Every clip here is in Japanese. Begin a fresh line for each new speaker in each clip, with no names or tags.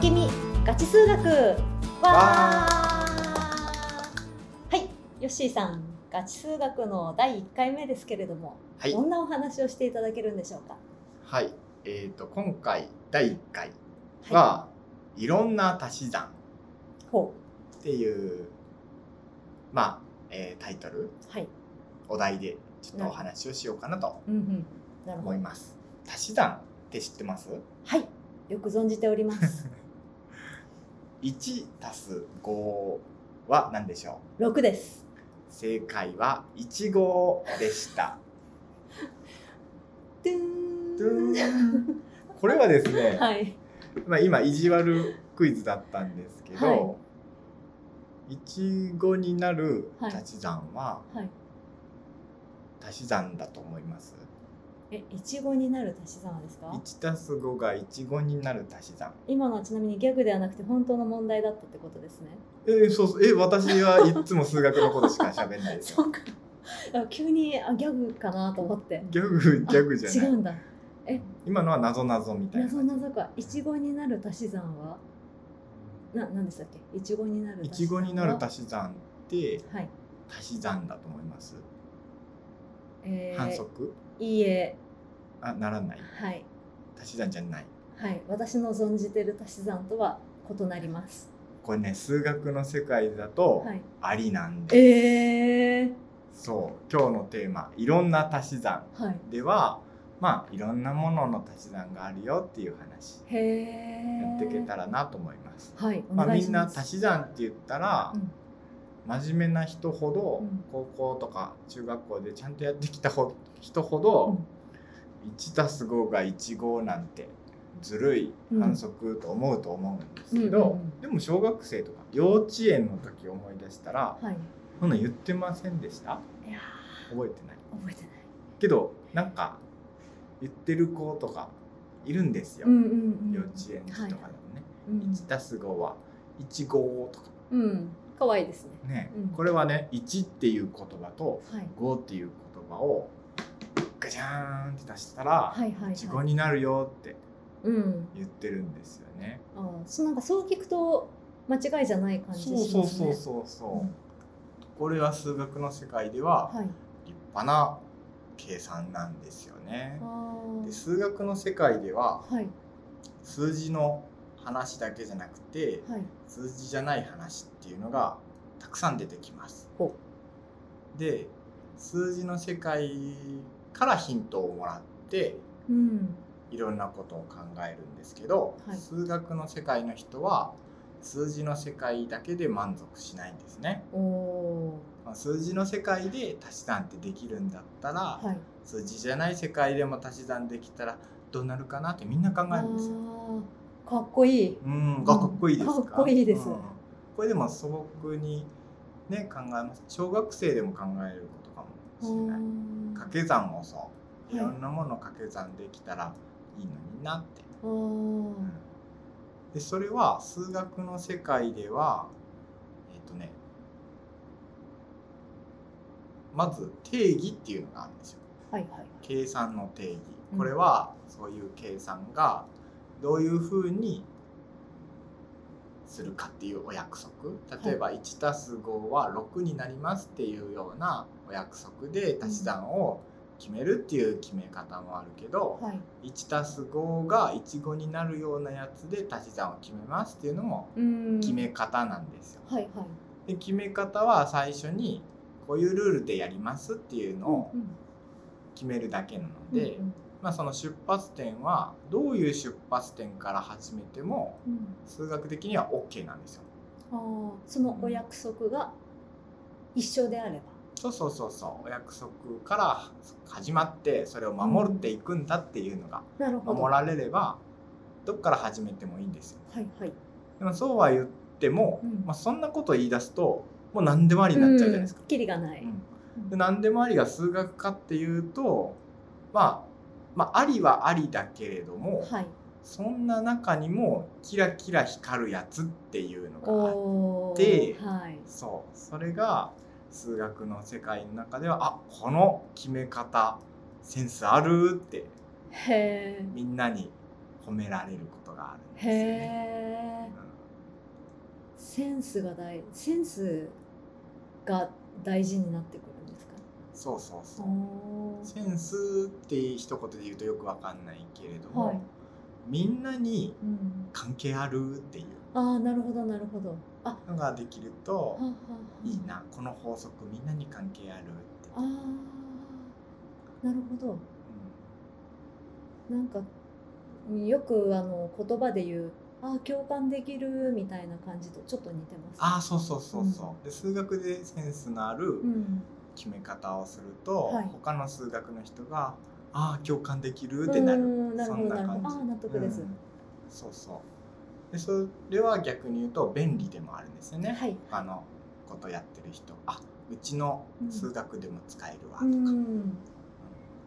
けにガチ数学わーはいヨッシーさんガチ数学の第1回目ですけれども、
はい
どんなお話をしていただけるんでしょうか
はい。えっ、と、今回、第1回は、い、ろんな足し算
ほ
っていう、まあ、えータイトル、
うはい
お題で、ちょっとお話をしようかなと
うんうんなるほ
思い
ど
ます。足し算って知ってます
はいよく存じております
?1 足す5は何でしょう
6です
正解は、1号でした。
ドゥーン
ドゥーンこれはです ね、
はい
まあ、今意地悪クイズだったんですけど、
はい
ちごになる足し算は
はい
足し算だと思います。
えいちごになる足し算はですか
1足す5がいちごになる足し算。
今のはちなみにギャグではなくて本当の問題だったってことですね
えーそうそうえ私はいつも数学のことしか喋んないで す
そ
よ。
うかあ急にあギャグかなと思って
ギャグギャグじゃ
あ違
な
う
い。
んだえ
今のは謎謎みたいな
謎。謎かいちごになる足し算はな何でしたっけいちごになる
いちごになる
し
足し算って
算ははい
足し算だと思います。
えー
反則
いいえ
あならない。
はい
足し算じゃない。
はい私の存じてる足し算とは異なります
これね数学の世界だと
はい
ありなんで。
えー、
そう今日のテーマ「いろんな足し算
はい」
ではまあいろんなものの足し算があるよっていう話
へえ
やっていけたらなと思います。
はいお
まあ、
願い
み
し
んな
ます、
足し算って言ったら、
うん
真面目な人ほど、
うん
高校とか中学校でちゃんとやってきたほ人ほど、1たす5が15なんてずるい
うん
反則と思うと思うんですけど、
うんうんうん
でも小学生とか幼稚園の時思い出したら
はい
そんなん言ってませんでした
いや
覚えてない
ー覚えてない
けどなんか言ってる子とかいるんですよ、
うんうんうん
幼稚園児とかだとね、
うん
1たす5は1号とか
うん可愛いですね
ね、
うん
これはね1っていう言葉と
はい
5っていう言葉をガチャーンって足したら
はいはい
1語
はい
になるよって
うん
言ってるんですよね。
あーそうなんかそう聞くと間違いじゃない感じし
そ
ま
う
すね
そうそうそうそう、
うん
これは数学の世界では
はい
立派な計算なんですよね
あ。ー
で数学の世界では
はい
数字の話だけじゃなくて
はい
数字じゃない話っていうのがたくさん出てきます
ほ。
で数字の世界からヒントをもらって
うん
いろんなことを考えるんですけど、
はい
数学の世界の人は数字の世界だけで満足しないんですね。
おお
まあ数字の世界で足し算ってできるんだったら、
ーはい
数字じゃない世界でも足し算できたらどうなるかなってみんな考えるんですよ。
あーかっこいい
うん、がかっこいいですか。
かっこいいです
うんこれでも素朴にね考えます。小学生でも考えることかもしれない。掛け算もそう。いろんなもの掛け算できたらいいのになって。
あー
うんでそれは数学の世界ではえっ、とねまず定義っていうのがあるんですよ。
はいはい
計算の定義
うん
これはそういう計算がどういうふうにするかっていうお約束例えば 1+5 は6になりますっていうようなお約束で足し算を決めるっていう決め方もあるけど
はい
1+5 が15になるようなやつで足し算を決めますっていうのも
うん
決め方なんですよ。
はいはい
で決め方は最初にこういうルールでやりますっていうのを
うん
決めるだけなので。
うん
まあ、その出発点はどういう出発点から始めても
うん
数学的には OK なんですよ。
うんあーそのお約束が一緒であれば
そうそうそうそうお約束から始まってそれを守っていくんだっていうのが
なるほど
守
は
られればどっから始めてもいいんですよ。
いはい
でもそうは言っても、
うん
まあ、そんなこと言い出すともう何でもありになっちゃうじゃないですか。
うんキリがない
うんで何でもありが数学かっていうと、まあ、まあありはありだけれども、
はい
そんな中にもキラキラ光るやつっていうのがあって
おー
で
はい
そうそれが数学の世界の中ではあこの決め方センスあるって
へえ
みんなに褒められることがあるんですよね。
へ
う
え
ん
センスが大センスが大事になってくるんですか
そうそうそう。
おー
センスって一言で言うとよくわかんないけれども、
はい
みんなに
うん、
関係あるっていう
ああなるほどなるほどあは
のができる
あ
と
はあはあ
いいなこの法則みんなに関係あるって、
ああなるほどなんかよくあの言葉で言うああ共感できるみたいな感じとちょっと似てます、
ああそうそうそうそう、で数学でセンスのある
うん、
決め方をすると、
はい
他の数学の人が「ああ共感できる」ってなる、
うんなる
そ
ほど
ん
な
な
るほ
感
ど
じ
ああ納得です、
うんそうそうでそれは逆に言うと便利でもあるんですよね、
はい
他のことやってる人あうちの数学でも使えるわと
う
か、
ん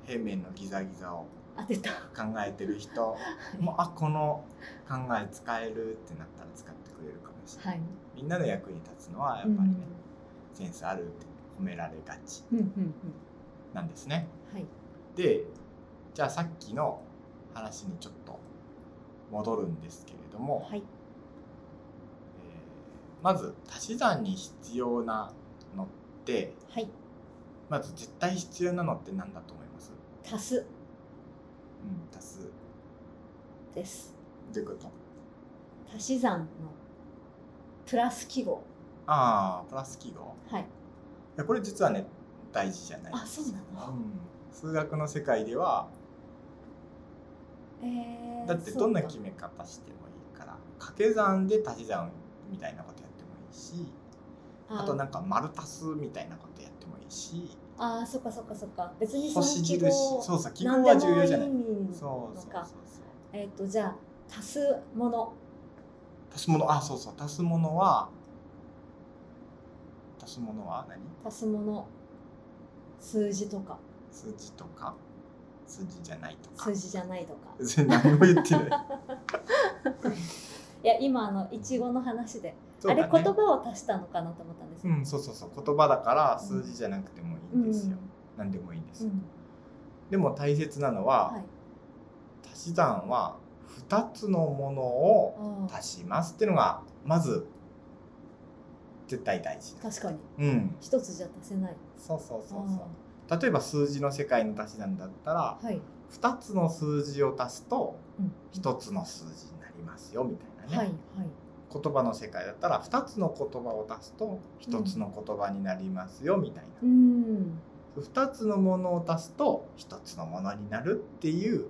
平面のギザギザを
当てた
考えて る人も、あこの考え使えるってなったら使ってくれるかもしれない、
はい
みんなの役に立つのはやっぱりね、センスあるって褒められがち
うんうんうんうん
なんですね
はい
でじゃあさっきの話にちょっと戻るんですけれども、
はい
えーまず足し算に必要なのって
はい
まず絶対必要なのって何だと思います、
足す
うん、足す
です
どういうこと
足し算のプラス記号
ああプラス記号
はい
いやこれ実はね大事じゃない
あそうなの
うん数学の世界では
えー
だってどんな
そうか
決め方してもいいから掛け算で足し算みたいなことやってもいいしあとなんか丸足すみたいなことやってもいいし
ああそっかそっかそっか別にその
星
記
印
号
そうさ記
何
号
で
は
も
重要じゃない
いの
そうそうそう
か
そう
えっ、とじゃあ足すもの
足すものあそうそう足すものは足すものは何
足すもの数字とか
数字とか数字じゃないとか
数字じゃないとか
何も言ってない
いや今あのいちごの話で、
そう
あ
だね
れ言葉を足したのかなと思ったんです
うん、そうそうそう言葉だから数字じゃなくてもいいんですよ、何でもいいんです
う
よ、
ん
でも大切なのは、
はい
足し算は2つのものを
ああ
足しますっていうのがまず絶対大事
確かに
うん
一つじゃ足せない
そうそうそう
あ
そう例えば数字の世界の足し算だったら
はい
2つの数字を足すと
うん
1つの数字になりますよみたいなね、
はいはい
言葉の世界だったら2つの言葉を足すと1つの言葉になりますよみたいな、
うん
2つのものを足すと1つのものになるっていう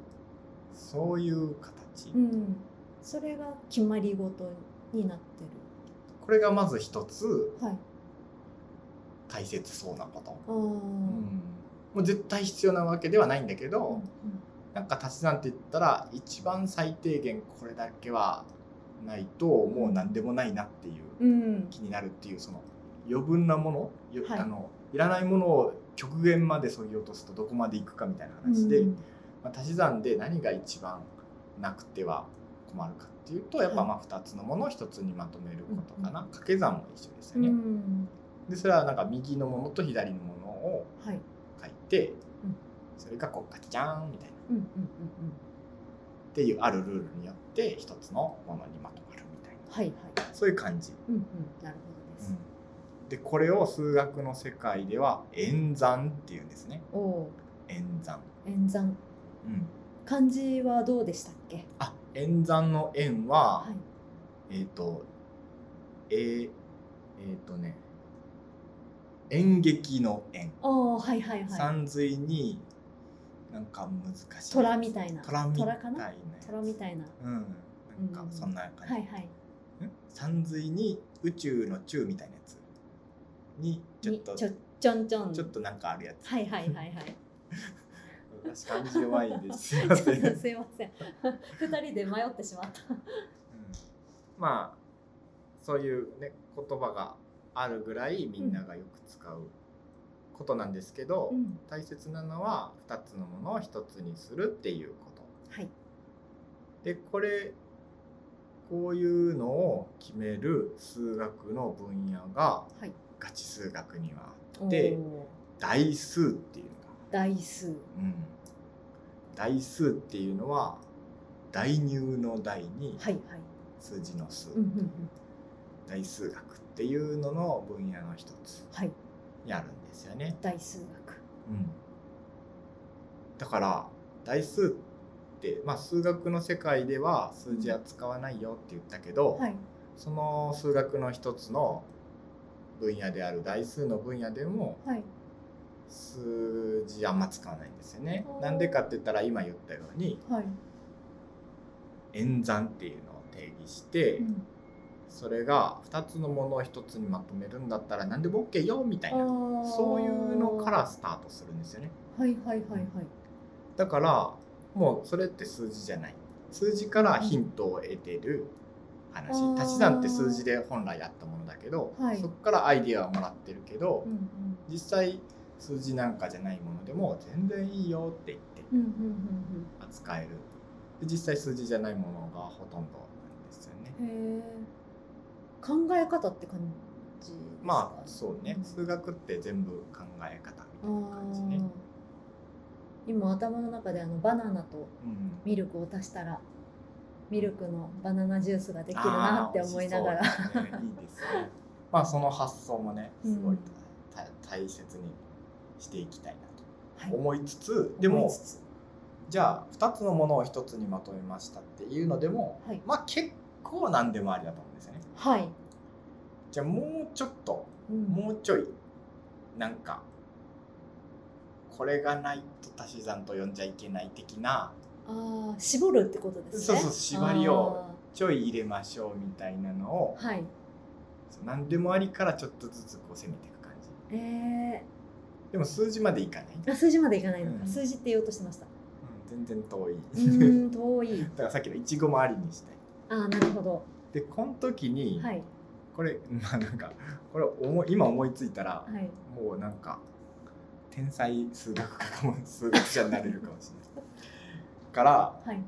そういう形、
うんそれが決まりごとになって
これがまず一つ
るはい
大切そうなこと、
ああ、
もう絶対必要なわけではないんだけ
うんう
ど
ん、
なんか足し算って言ったら一番最低限これだけはないともう何でもないなっていう、
うん
気になるっていうその余分なものよ
はい
あのいらないものを極限まで削ぎ落とすとどこまでいくかみたいな話で、
うん
まあ、足し算で何が一番なくては困るかっていうとやっぱ
はい
まあ2つのものを1つにまとめることかな、
うん
掛け算も一緒です
う
よね、
ん
でそれはなんか右のものと左のものを
はい
書いて、
うん
それがこうガチャーンみたいな
うんうんうんうん
っていうあるルールによって一つのものにまとまるみたい
はいはい
なそういう感じ、
うんうんなるほどです、
でこれを数学の世界では演算っていうんですね
おお
演算、
演算
うん、
漢字はどうでしたっけ
あ演算の円は、
はい
えっ、とえー、えー、とね演劇の円、
ああはいはいはい
三髄になんか難しい
虎みたいな
虎みたいな
虎かな
やつ
虎みたいな
うん、なんかそんな感じ、
はいはい
ん三髄に宇宙の宙みたいなやつにちょっ
に
と
ち
ち
ょちょんちょん
ょっとなんかあるやつ、
はいはいはいはい
私漢字弱いですすいません、
ちょっ
う
と
ん、
すいません二人で迷ってしまった
まあそういうね言葉があるぐらいみんながよく使うことなんですけど、
うん
大切なのは2つのものを1つにするっていうこと
はい
でこれこういうのを決める数学の分野が
はい
ガチ数学には
お
で
ー
代数っていうのが
台数
うん、代数っていうのは代入の代に
はいはい。
数字の数、
うんうんうん。
大数学っていうのの分野の一つ
はい。
にあるんですよね。
大数学。
うん、だから代数って、まあ、数学の世界では数字は使わないよって言ったけど、
はい。
その数学の一つの分野である代数の分野でも
はい。
数字あんま使わないんですよね
お。ー
なんでかって言ったら今言ったように
はい。
演算っていうのを定義して、
うん
それが2つのものを1つにまとめるんだったら何でも OK よみたいな
あー
そういうのからスタートするんですよね。
はいはいはいはい。
だからもうそれって数字じゃない数字からヒントを得てる話、
うん
足し算って数字で本来あったものだけど、
はい
そこからアイディアをもらってるけど、
うんうん。
実際数字なんかじゃないものでも全然いいよって言って
うんうんうん
扱えるで実際数字じゃないものがほとんどなんですよね。
うん。へえ。考え方って感じですか。
まあそうね
うん
数学って全部考
あ
え方みたいな感じね
ー。今頭の中であのバナナと
うん
ミルクを足したらミルクのバナナジュースができるなって思いながら
あ。ー美味しそうですねいいですね。まあその発想もねす
う
ごい
ん
た、た大切にしていきたいな
はい
と思いつつでも
思いつつ
じゃあ2つのものを1つにまとめましたっていうのでも、
はい
まあ結構何でもありだと思うんですよね。
はい。
じゃあもうちょっと
うん
もうちょいなんかこれがないと足し算と呼んじゃいけない的な
ああ絞るってことですね。
そうそう縛りを
あ
ちょい入れましょうみたいなのを
ー。はい。
そう何でもありからちょっとずつこう攻めていく感じ
ええ
でも数字までいかない、
ー。あ数字までいかないのか、
うん
数字って言おうとしてま した。
全然遠い
うーん遠い。
だからさっきのいちごもありにしたい
ああなるほど。
でこの時に、
はい
これまあなんかこれ思い今思いついたら、
はい。
もうなんか天才数学家かも数学者になれるかもしれないから
はい。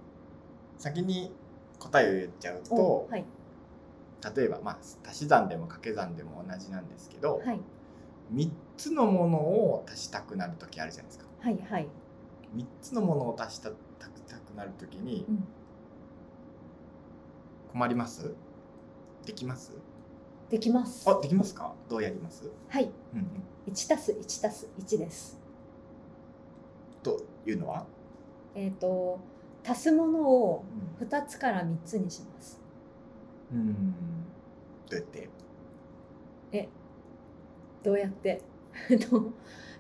先に答えを言っちゃう
お
と、
はい
例えば、まあ、足し算でも掛け算でも同じなんですけど、
はい
三3つのものを足したくなる時あるじゃないですか。
はいはい。
3つのものを足したたくたくなる時に
うん
困りますできます
できます。
あできますかどうやります、
はい。
うんうん、
一足す一足す一です。
というのは、
えっ、と足すものを
う
二つから三つにします。
ん、うんどうやって
どうやって どう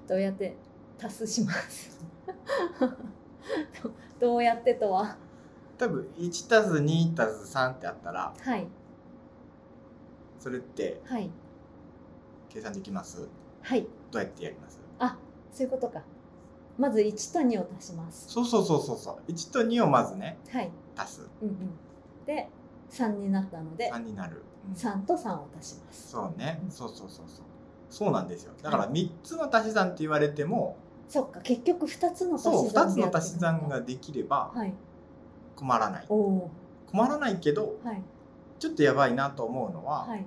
どうやって足すします。 どどうやってとは
多分1たす2たす3ってあったら
はい
それって
はい
計算できます
はい
どうやってやります
あそういうことか。まず一と二を足します。
そうそうそうそうそう1と2をまずね
はい。
足す
うんうん。で三になったので
3になる、うん
三と三を足します。
そうね
うん
そうそうそうそうそうなんですよだから3つの足し算って言われても
そっか結局二つの足し
そう2
算
つ
でやっ
の
て
足し算ができれば
はい
困らない
おお
困らないけど
ーはい
ちょっとやばいなと思うのは、
はい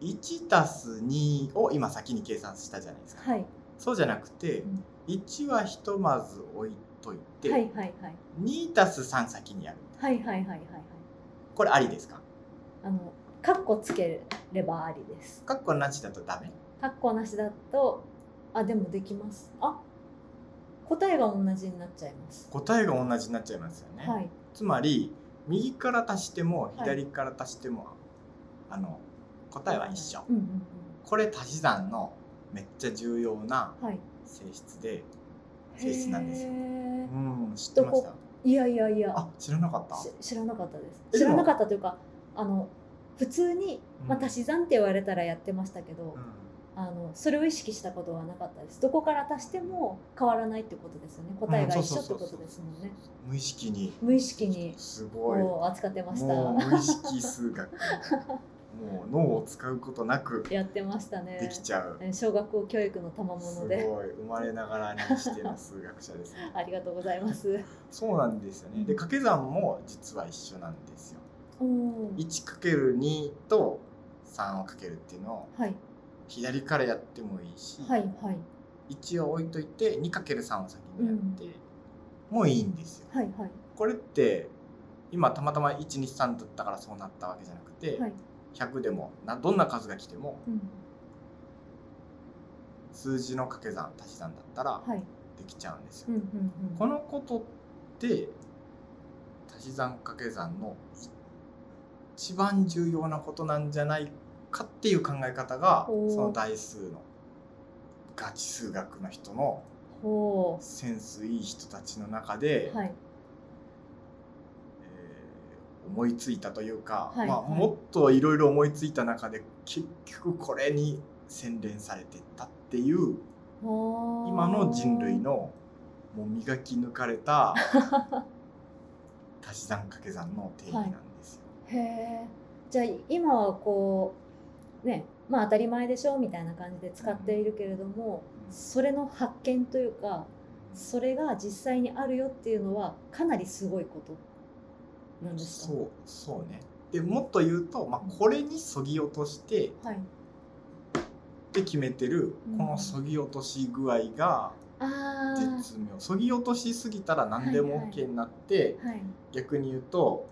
1たす2を今先に計算したじゃないですか、
はい
そうじゃなくて
うん
1はひとまず置いといて、
はいはいはい
2たす3先にやる
はいはいはいはいはい
これありですか
あのカッコつければありです
かっこなしだとダメ
カッコなしだとあでもできますあ答えが同じになっちゃいます、
答えが同じになっちゃいますよね、
はい
つまり右から足しても
はい
左から足しても、あの答えは一緒、
うんうん
これ足し算のめっちゃ重要な
うんはい
性質で性質なんですよ
へー
うん知ってました
いやいやいや
あ知らなかった
し知らなかったで
え
す知
でも
らなかったというかあの普通に、ま
う
あ、
ん
足し算って言われたらやってましたけど、
うん
あのそれを意識したことはなかったです。どこから足しても変わらないってことですよね。答えが一緒ってことですもんね。
無意識に
無意識に
すごいも
を扱ってました。
う無意識数学もう脳を使うことなく
やってましたね
で。きちゃう、
えー小学校教育の賜
す
物
ごい
で
生まれながらにしての数学者です ね
ありがとうござい ます。
そうなんですよねで掛け算も実は一緒なんですよ
おお。
1×2 と3をかけるっていうのを
はい
左からやってもいいし、
はいはい
1を置いといて 2×3 を先にやって、もういいんですよ
はいはい。
これって今たまたま123だったからそうなったわけじゃなくて、
はい
100でもなどんな数が来ても
うん
数字の掛け算足し算だったら
はい
できちゃうんですよ。
うんうんうん
このことって足し算掛け算の一番重要なことなんじゃないかっていう考え方が
おー
その代数のガチ数学の人の
ほ
センスいい人たちの中で、
うはい
えー思いついたというか、
はい
まあ、
はい
もっといろいろ思いついた中で結局これに洗練されてったっていう
ほう
今の人類のもう磨き抜かれ た足し算掛け算の定義なんですよ。
へえじゃあ今はこうねまあ当たり前でしょみたいな感じで使っているけれども、
うん
それの発見というかそれが実際にあるよっていうのはかなりすごいことなんですか
そうそうねでもっと言うと、まあ、これにそぎ落としてっ
はい
て決めてる
うん
このそぎ落とし具合が
ああ
絶妙、そぎ落としすぎたら何でも OK になって、
はい
逆に言うと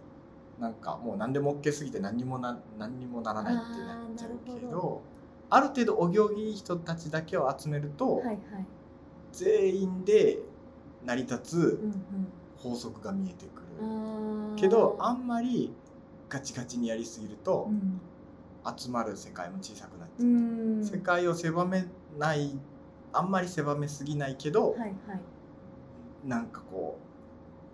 なんかもう何でも OK すぎて何にもな何にもならないってなっちゃうけ
あーなる
ど
ほど
ある程度お行儀いい人たちだけを集めると、
はいはい
全員で成り立つ
うん
法則が見えてく
う
る、
んあー
けどあんまりガチガチにやりすぎると
う、ん
集まる世界も小さくなっちゃ
う
う、
ん
世界を狭めないあんまり狭めすぎないけど、
はいはい
なんかこ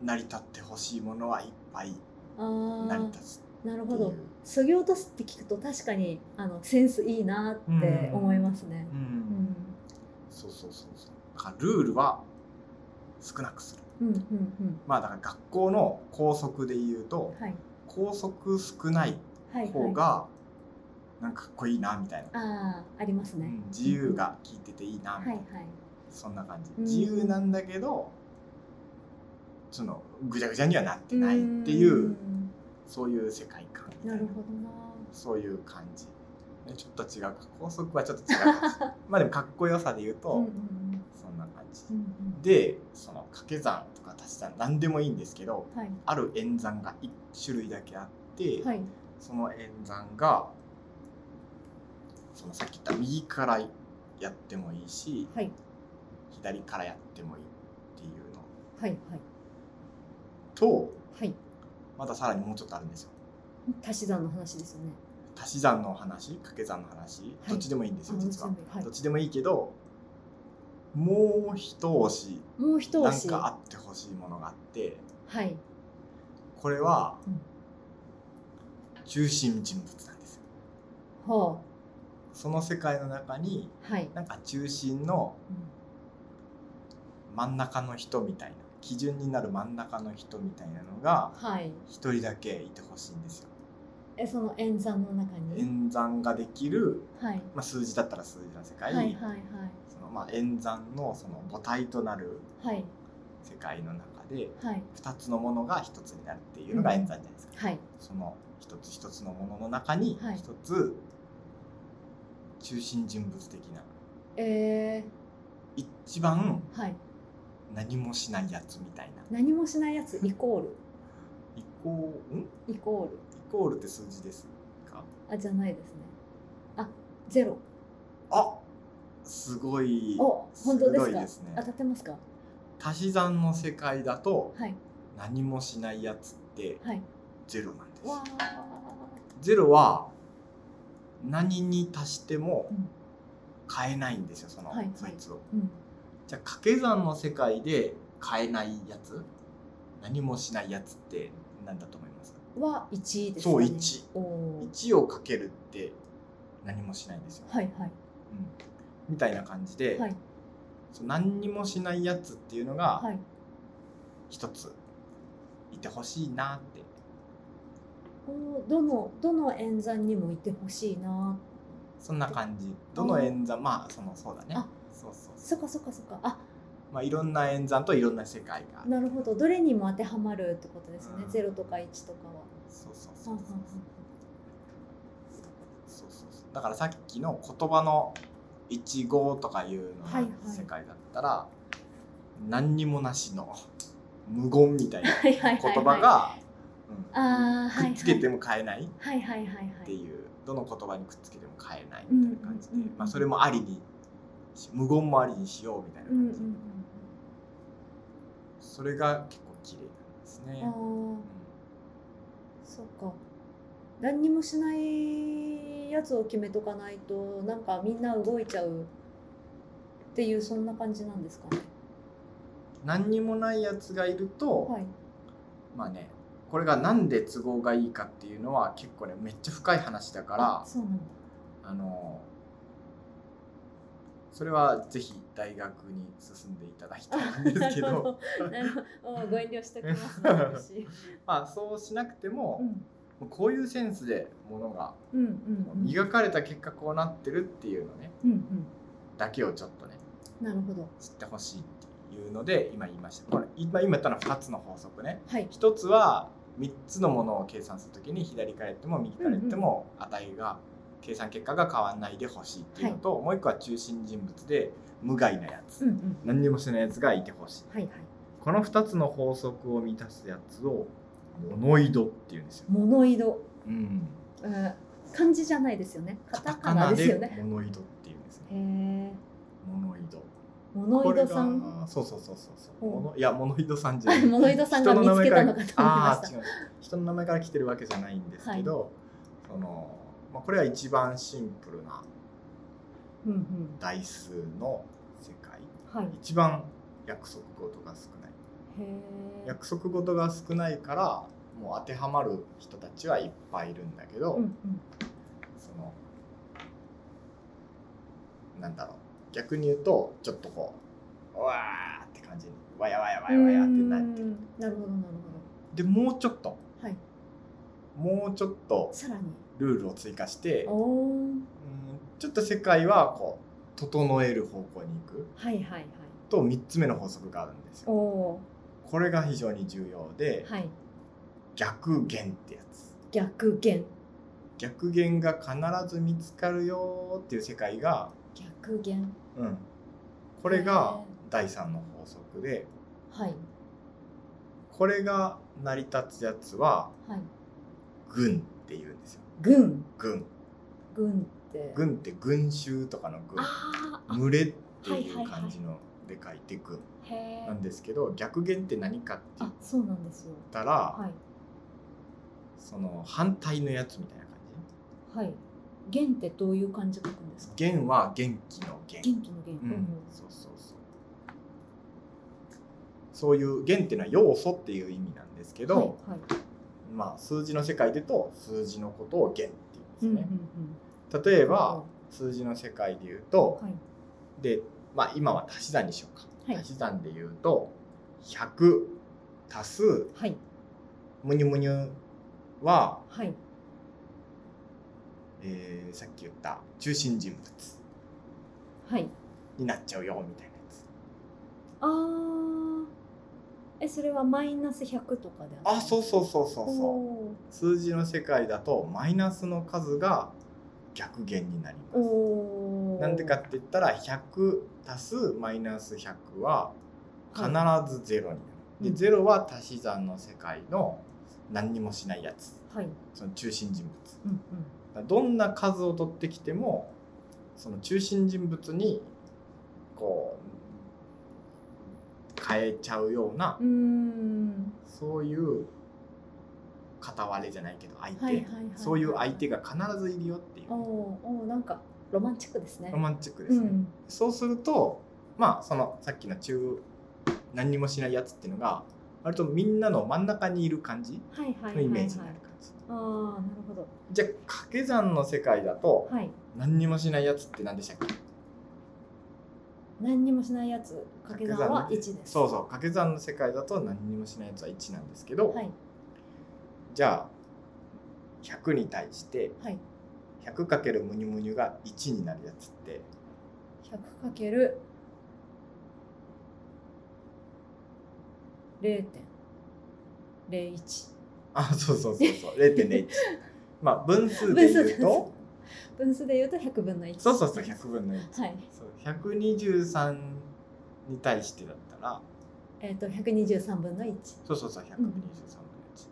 う成り立ってほしいものはいっぱい
あ
成り
ー
立つ
なる
ってい
ほ
う
ど。そぎ落とすって聞くと確かにあのセンスいいなって思いますね。
う
うんん
そうそうそうそうだからルールは少なくする
うんうんうん
まあだから学校の校則で言うと
はい
校則少ない
はいはい。
方がなんかかっこいいなみたいな、
あああります
う
ね
ん。自由が効いてていいな
うん。は
みた
い
い
は
な、そんな感じ
うん
自由なんだけどそのぐちゃぐちゃにはなって
い。。
ないっていうんそういう世界観み
な
たい
る
な
ほどな。
そういう感じちょっと違うか校則はちょっと違うか もしれないまあでもかっこよさで言うと、
うんうん
そんな感じ
うんうん
でその掛け算とか足し算何でもいいんですけど
うん。はい
ある演算が1種類だけあって、
はい
その演算がそのさっき言った右からやってもいいし
はい
左からやってもいいっていうの
はい
と
はいはい。
またさらにもうちょっとあるんですよ
足し算の話ですよね。
足し算の話掛け算の話、どっちでもいいんですよ
あ
実は、
全部はい
どっちでもいいけどもう一押し
もう一押
なん
し。
かあ
は
ってほしいものがあって
い。
これは
うん
中心人物なんですよ
ほ
その世界の中に
うはい。
なんか中心の真ん中の人みたいな基準になる真ん中の人みたいなのが
はい。
一人だけいてほしいんですよ。
えその演算の中に。
演算ができる、
はい。
まあ、数字だったら数字の世
は
界、
いはいはい
そのまあ演算のその母体となる
はい
世界の中で
はい
2つのものが1つになるっていうのが演算じゃないですか。
はい。
その一つ一つのものの中に
はい
一つ中心人物的な
え
一番
ー、はい。
何もしないやつみたいな
何もしないやつイコー
イコールんイ
ルイコール
コールって数字ですか
あじゃないですね。あゼロ
あすごい
お本当ですか
鋭いですね
当たってますか。
足し算の世界だと
はい
何もしないやつって
はい。
ゼロなんです
わあ
ゼロは何に足しても
うん
変えないんですよその、
はいはい
そいつを
うん
じゃあ掛け算の世界で変えないやつ何もしないやつって何だと思います
は一ですかね。
そう1
おおー。
1をかけるって何もしないんですよ、
はいはい
みたいな感じで、
はい
そう何にもしないやつっていうのが
はい。
一ついてほしいなって、
おーどのどの演算にもいてほしいな。
そんな感じどの演算まあそのそうだね
あ
そうそうそ
そ
う
っかそっかそっか。あ
まあいろんな演算といろんな世界がある
なるほど。どれにも当てはまるってことですね
う。ん
ゼロとか一とかは。
そうそう
う
そ
ん
う
うんうん
そうそうそうそうだからさっきの言葉の「いちご」とかいうの
はいはい
の世界だったら、何にもなしの無言みたい な
はいはいはい
言
はい
葉がうん
あーはいはい
くっつけても変えないっ
はいはいはいは
て
い
いうどの言葉にくっつけても変えないみたいな感じで
うんうんうんうん
まあそれもありにし無言もありにしようみたいな
うんうん
感じそれが結構綺麗なんです
う
ね。
んああそっか何にもしないやつを決めとかないとなんかみんな動いちゃうっていうそんな感じなんですかね
何にもないやつがいると、
はい
まあねこれがなんで都合がいいかっていうのは結構ねめっちゃ深い話だから
あそうなんだ
あのそれはぜひ大学に進んでいただきたいんですけ ど
なる ほどご遠慮しておきますね私
まあそうしなくて
う
も、
ん
こういうセンスでものが
うんうんうん
磨かれた結果こうなってるっていうのね
うんうん
だけをちょっとね
なるほど
知ってほしいっていうので今言いましたこれ今今言ったのは2つの法則ね
はい
一つは3つのものを計算するときに左からやっても右からやっても値が計算結果が変わらないでほしいっていうのと、もう一個は中心人物で無害なや
う
つ、
んうん
何にもしないやつがいてほしい
はいはい
この2つの法則を満たすやつをモノイドっていうんですよ、
物色、
うん、
えー、漢字じゃないですよねカタカナ
カ
ですよ
で
ね
モノイドっていうんです
へ
ね
え
モノイド
物色さ
これ
ん
がそうそうそうそうそう
うん
モノい やモノイドさんじゃ
あ
ない
物色さんが見つけたのかと思いました
ああー違う人の名前から来てるわけじゃないんですけど、そのまあ、これは一番シンプルな
うんうん
台数の世界
はいへ
一番約束事が少ない
え
約束事が少ないからもう当てはまる人たちはいっぱいいるんだけど、
うんうん
そのなんだろう逆に言うとちょっとこううわーって感じにわやわやわやわやってなって
うーんなるほどなる
でもうちょっと
ほどはい
もうちょっと
さらに
ルールを追加して
おお
うんちょっと世界はこう整える方向に行く
はいはいはい
と3つ目の法則があるんです
お
よ。
お
これが非常に重要で、
ーはい
逆減ってやつ。
逆減
逆減が必ず見つかるよーっていう世界が、
逆減
うん、これが第3の法則で
はい
これが成り立つやつは
はい
軍っていうんですよ。
軍
軍。
軍って
軍って群衆とかの軍。
あーあ
群れって
はいは
い
いうはい
感じので書いて軍
へえ
なんですけど逆減って何かって言っ
あそうなんですよ
たら
はい
その反対のやつみたいな感
はい減ってどういう漢字書くんですか
じ元は元気の元
元気の元、
う
うんんうん、
そうそうそうそういう元っていうのは要素っていう意味なんですけど、
はいはい
まあ数字の世界で言うと数字のことを元って
う
いうんん
うん
ですね、
うん
例えば数字の世界で言うと、
はい
でまあ今は足し算にしようか、
はい
足し算で言うと100足す
はい
むにゅむにゅは、
はい
えーさっき言った中心人物
はい
になっちゃうよみたいなやつ
あーえそれはマイナス100とかであ
あそうそうそうそううそう
お
数字の世界だとマイナスの数が逆減になり
ー
ます
おー
なんでかって言ったら100足すマイナス100は必ず0にな
う
る、
ん
で0は足し算の世界の何にもしないやつ
はい
その中心人物
うんうん
だからどんな数を取ってきてもその中心人物にこう変えちゃうような、
うーん
そういう片割れじゃないけど相手、
はいはいはいはい
そういう相手が必ずいるよっていう
おー
ね
おーなんかロマンチックですね
ロマンチックですね、
うん
そうするとまあそのさっきの中何にもしないやつっていうのが割とみんなの真ん中にいる感じ
はいはいはい
の
はい
イメージになる感じ、
ああなるほど
じゃあ掛け算の世界だと
はい
何にもしないやつって何でしたっけ
何にもしないやつ掛け算は1です
そうそう掛け算の世界だと何にもしないやつは1なんですけど、
はい
じゃあ100に対して
はい
100× ムニュムニュが1になるやつって
100かける0.01
あそうそうそうそう 0.01まあ分数
分
で
数
言うと
分数で言うと100分の1
そうそうそう100分の1
はい
そう123に対してだったら
えっ、と123分の1。
そうそうそう123分の1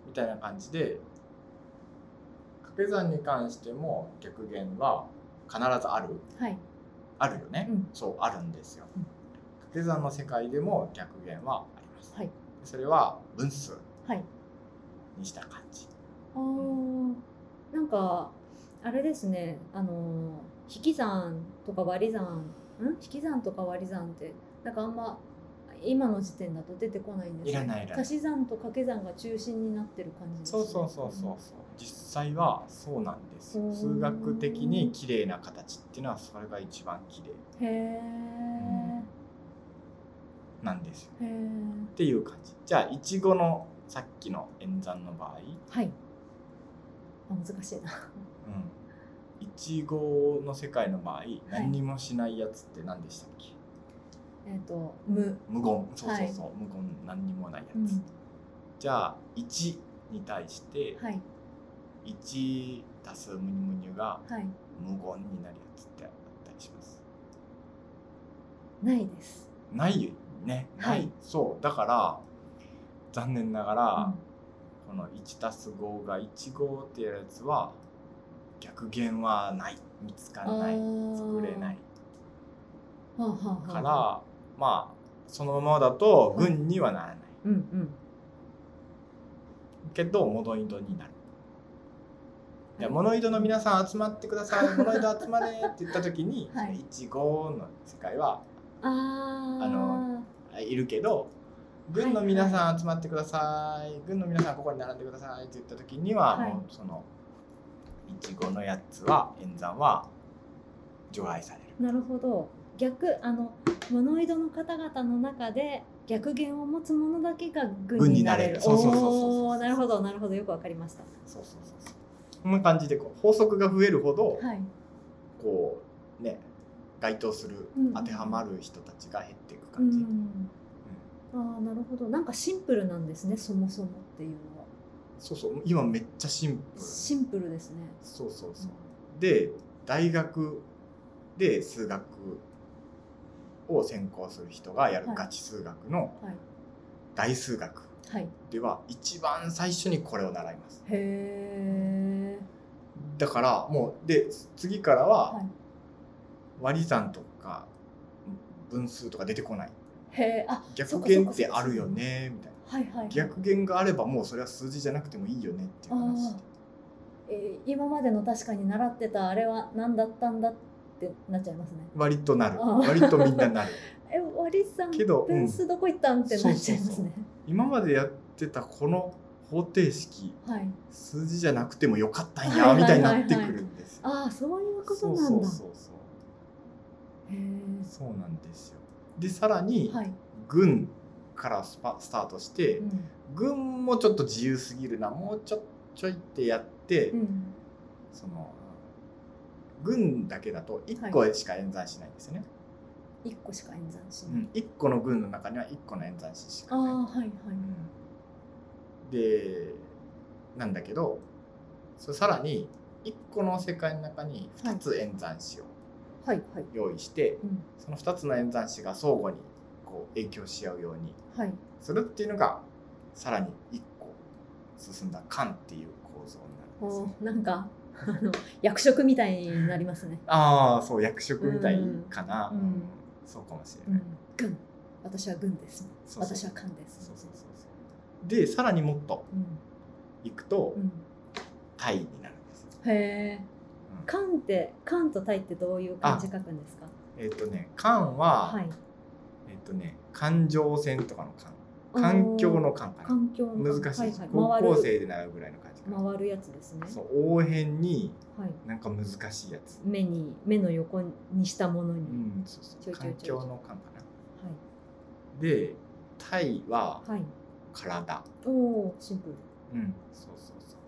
みたいな感じで掛け算に関しても逆減は必ずある
はい。
あるよね、
うん
そうあるんですよ、
うん
掛け算の世界でも逆減はあります、
はい
それは分数
はい。
にした感じ
あーなんかあれですねあのー引き算とか割り算ん引き算とか割り算ってなんかあんま今の時点だと出てこないんです
いら
い
ないいらない
足し算と掛け算が中心になってる感じですね
そうそうそうそうそう実際はそうなんです
うん
よ数学的に綺麗な形っていうのはそれが一番綺麗
へえ、
なんですよ
へー
っていう感じじゃあいちごのさっきの演算の場合
はいあ難しいな
うんいちごの世界の場合何にもしないやつって何でしたっけ、
えっと無
無言そうそうそう、無言何にもないやつ、
うん
じゃあ1に対して
はい
1足すむにむにゅが
はい
無言になるやつってあったりします
ないです
ないよねない、
はい
そうだから残念ながら
うん、
この1たす5が15っていうやつは逆減はない見つからない
あー
作れない
はあはあはあ
からまあそのままだと
はい
分にはならない、
うんうん、
けどモノイドになる。いやモノイドの皆さん集まってくださいモノイド集まれって言った時に
はい
1 5の世界は
あー
あのいるけど軍の皆さん集まってください、軍の皆さんここに並んでくださいって言った時には、
はい
もうそのいちごのやつは演算は除外される
なるほど逆あのモノイドの方々の中で逆言を持つものだけが軍
軍
に
に
な
な
れ
れ
る
る
お
そうそうそうそうそう
おーなるほどなるほどよくわかりました
そうそうそうそうこんな感じでこう法則が増えるほど、
はい
こうね該当する、
うん
当てはまる人たちが減っていく
う
感じ、
んああなるほどなんかシンプルなんですねそもそもっていうのは
そうそう今めっちゃシンプル
シンプルですね
そうそうそうで大学で数学を専攻する人がやる
はい
ガチ数学の
はい
大数学
はいへ
では一番最初にこれを習います
え
だからもうで次からは
はい
割り算とか分数とか出てこない
へえあ
逆減ってあるよねみたいな
はいはい
逆減があればもうそれは数字じゃなくてもいいよねっていう話
あえー今までの確かに習ってたあれは何だったんだってなっちゃいますね
割となる
あー
割とみんななる
え割り算
けど、う
ベ
ん
ースどこ行ったんってなっちゃいますね。
今までやってたこの方程式
はい。
数字じゃなくてもよかったん
は
や
い
み
は
たい
い
に
はいはい
なってくるんですよ。
ああそういうこと
そ
なん
う
だ。
そうそうそう。
へえ。
そうなんですよ。でさらに
はい。
軍からスパスタートして
うん。
軍もちょっと自由すぎるなもうちょちょいってやって、
うん。
その軍だけだと1個しか演算しないんですよね。
一個しか演算し
う
ない。
ん、1個の軍の中には1個の演算子しかない。
ああはいはい。
でなんだけどそれさらに1個の世界の中に2つ演算子を
はいはい。
用意して、
うん。
その2つの演算子が相互にこう影響し合うように
はい。
するっていうのがさらに1個進んだ間っていう構造になるん
お
ですね。
ーなんかあの役職みたいになりますね。
ああそう役職みたいかな、
うん
うんそうかもしれ
う
ない。
ん。軍。私は軍です。
そうそう
私は官です
そう。そうそうそうでさらにもっと
うん。
いくと
うん。
タイになるんですよ。
へえ。
うん
官って官と対ってどういう漢字書くんですか。
えっ、とね間は、
はい。
えっとね、環状線とかの環環境の環
おー。
かな
環境の
難
環
しい、
はいはい。
高校
回る
生で習うぐらいの感じかな、
回るやつですね。
そう応変に
はい。
なんか難しいやつ、
目に目の横にしたものに、
うん、そうそう
ちょいちょい
環
ちょい
境の環かなでタイは
はいはい
体
おおーシンプル
うんそうそうそう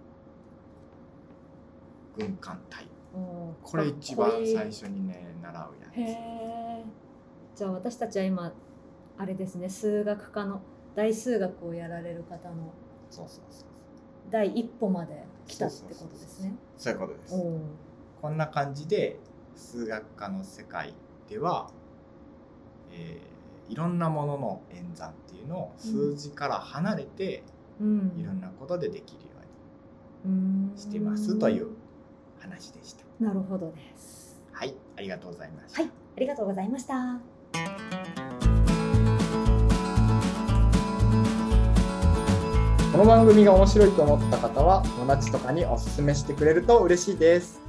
軍艦体
おー
これ一
かっこ
番
いい
最初にね習う
へ
や
えじゃあ私たちは今あれですね数学科の大数学をやられる方の
つそうそうそう
第一歩まで来たってことですね
そういうことです
おお
こんな感じで数学科の世界では、えいろんなものの演算っていうのを数字から離れて
うん
いろんなことでできるよう
うん
にしてますという話でした。
なるほどです
はい、ありがとうございました。
はいありがとうございました
この番組が面白いと思った方は友達とかにおすすめしてくれると嬉しいです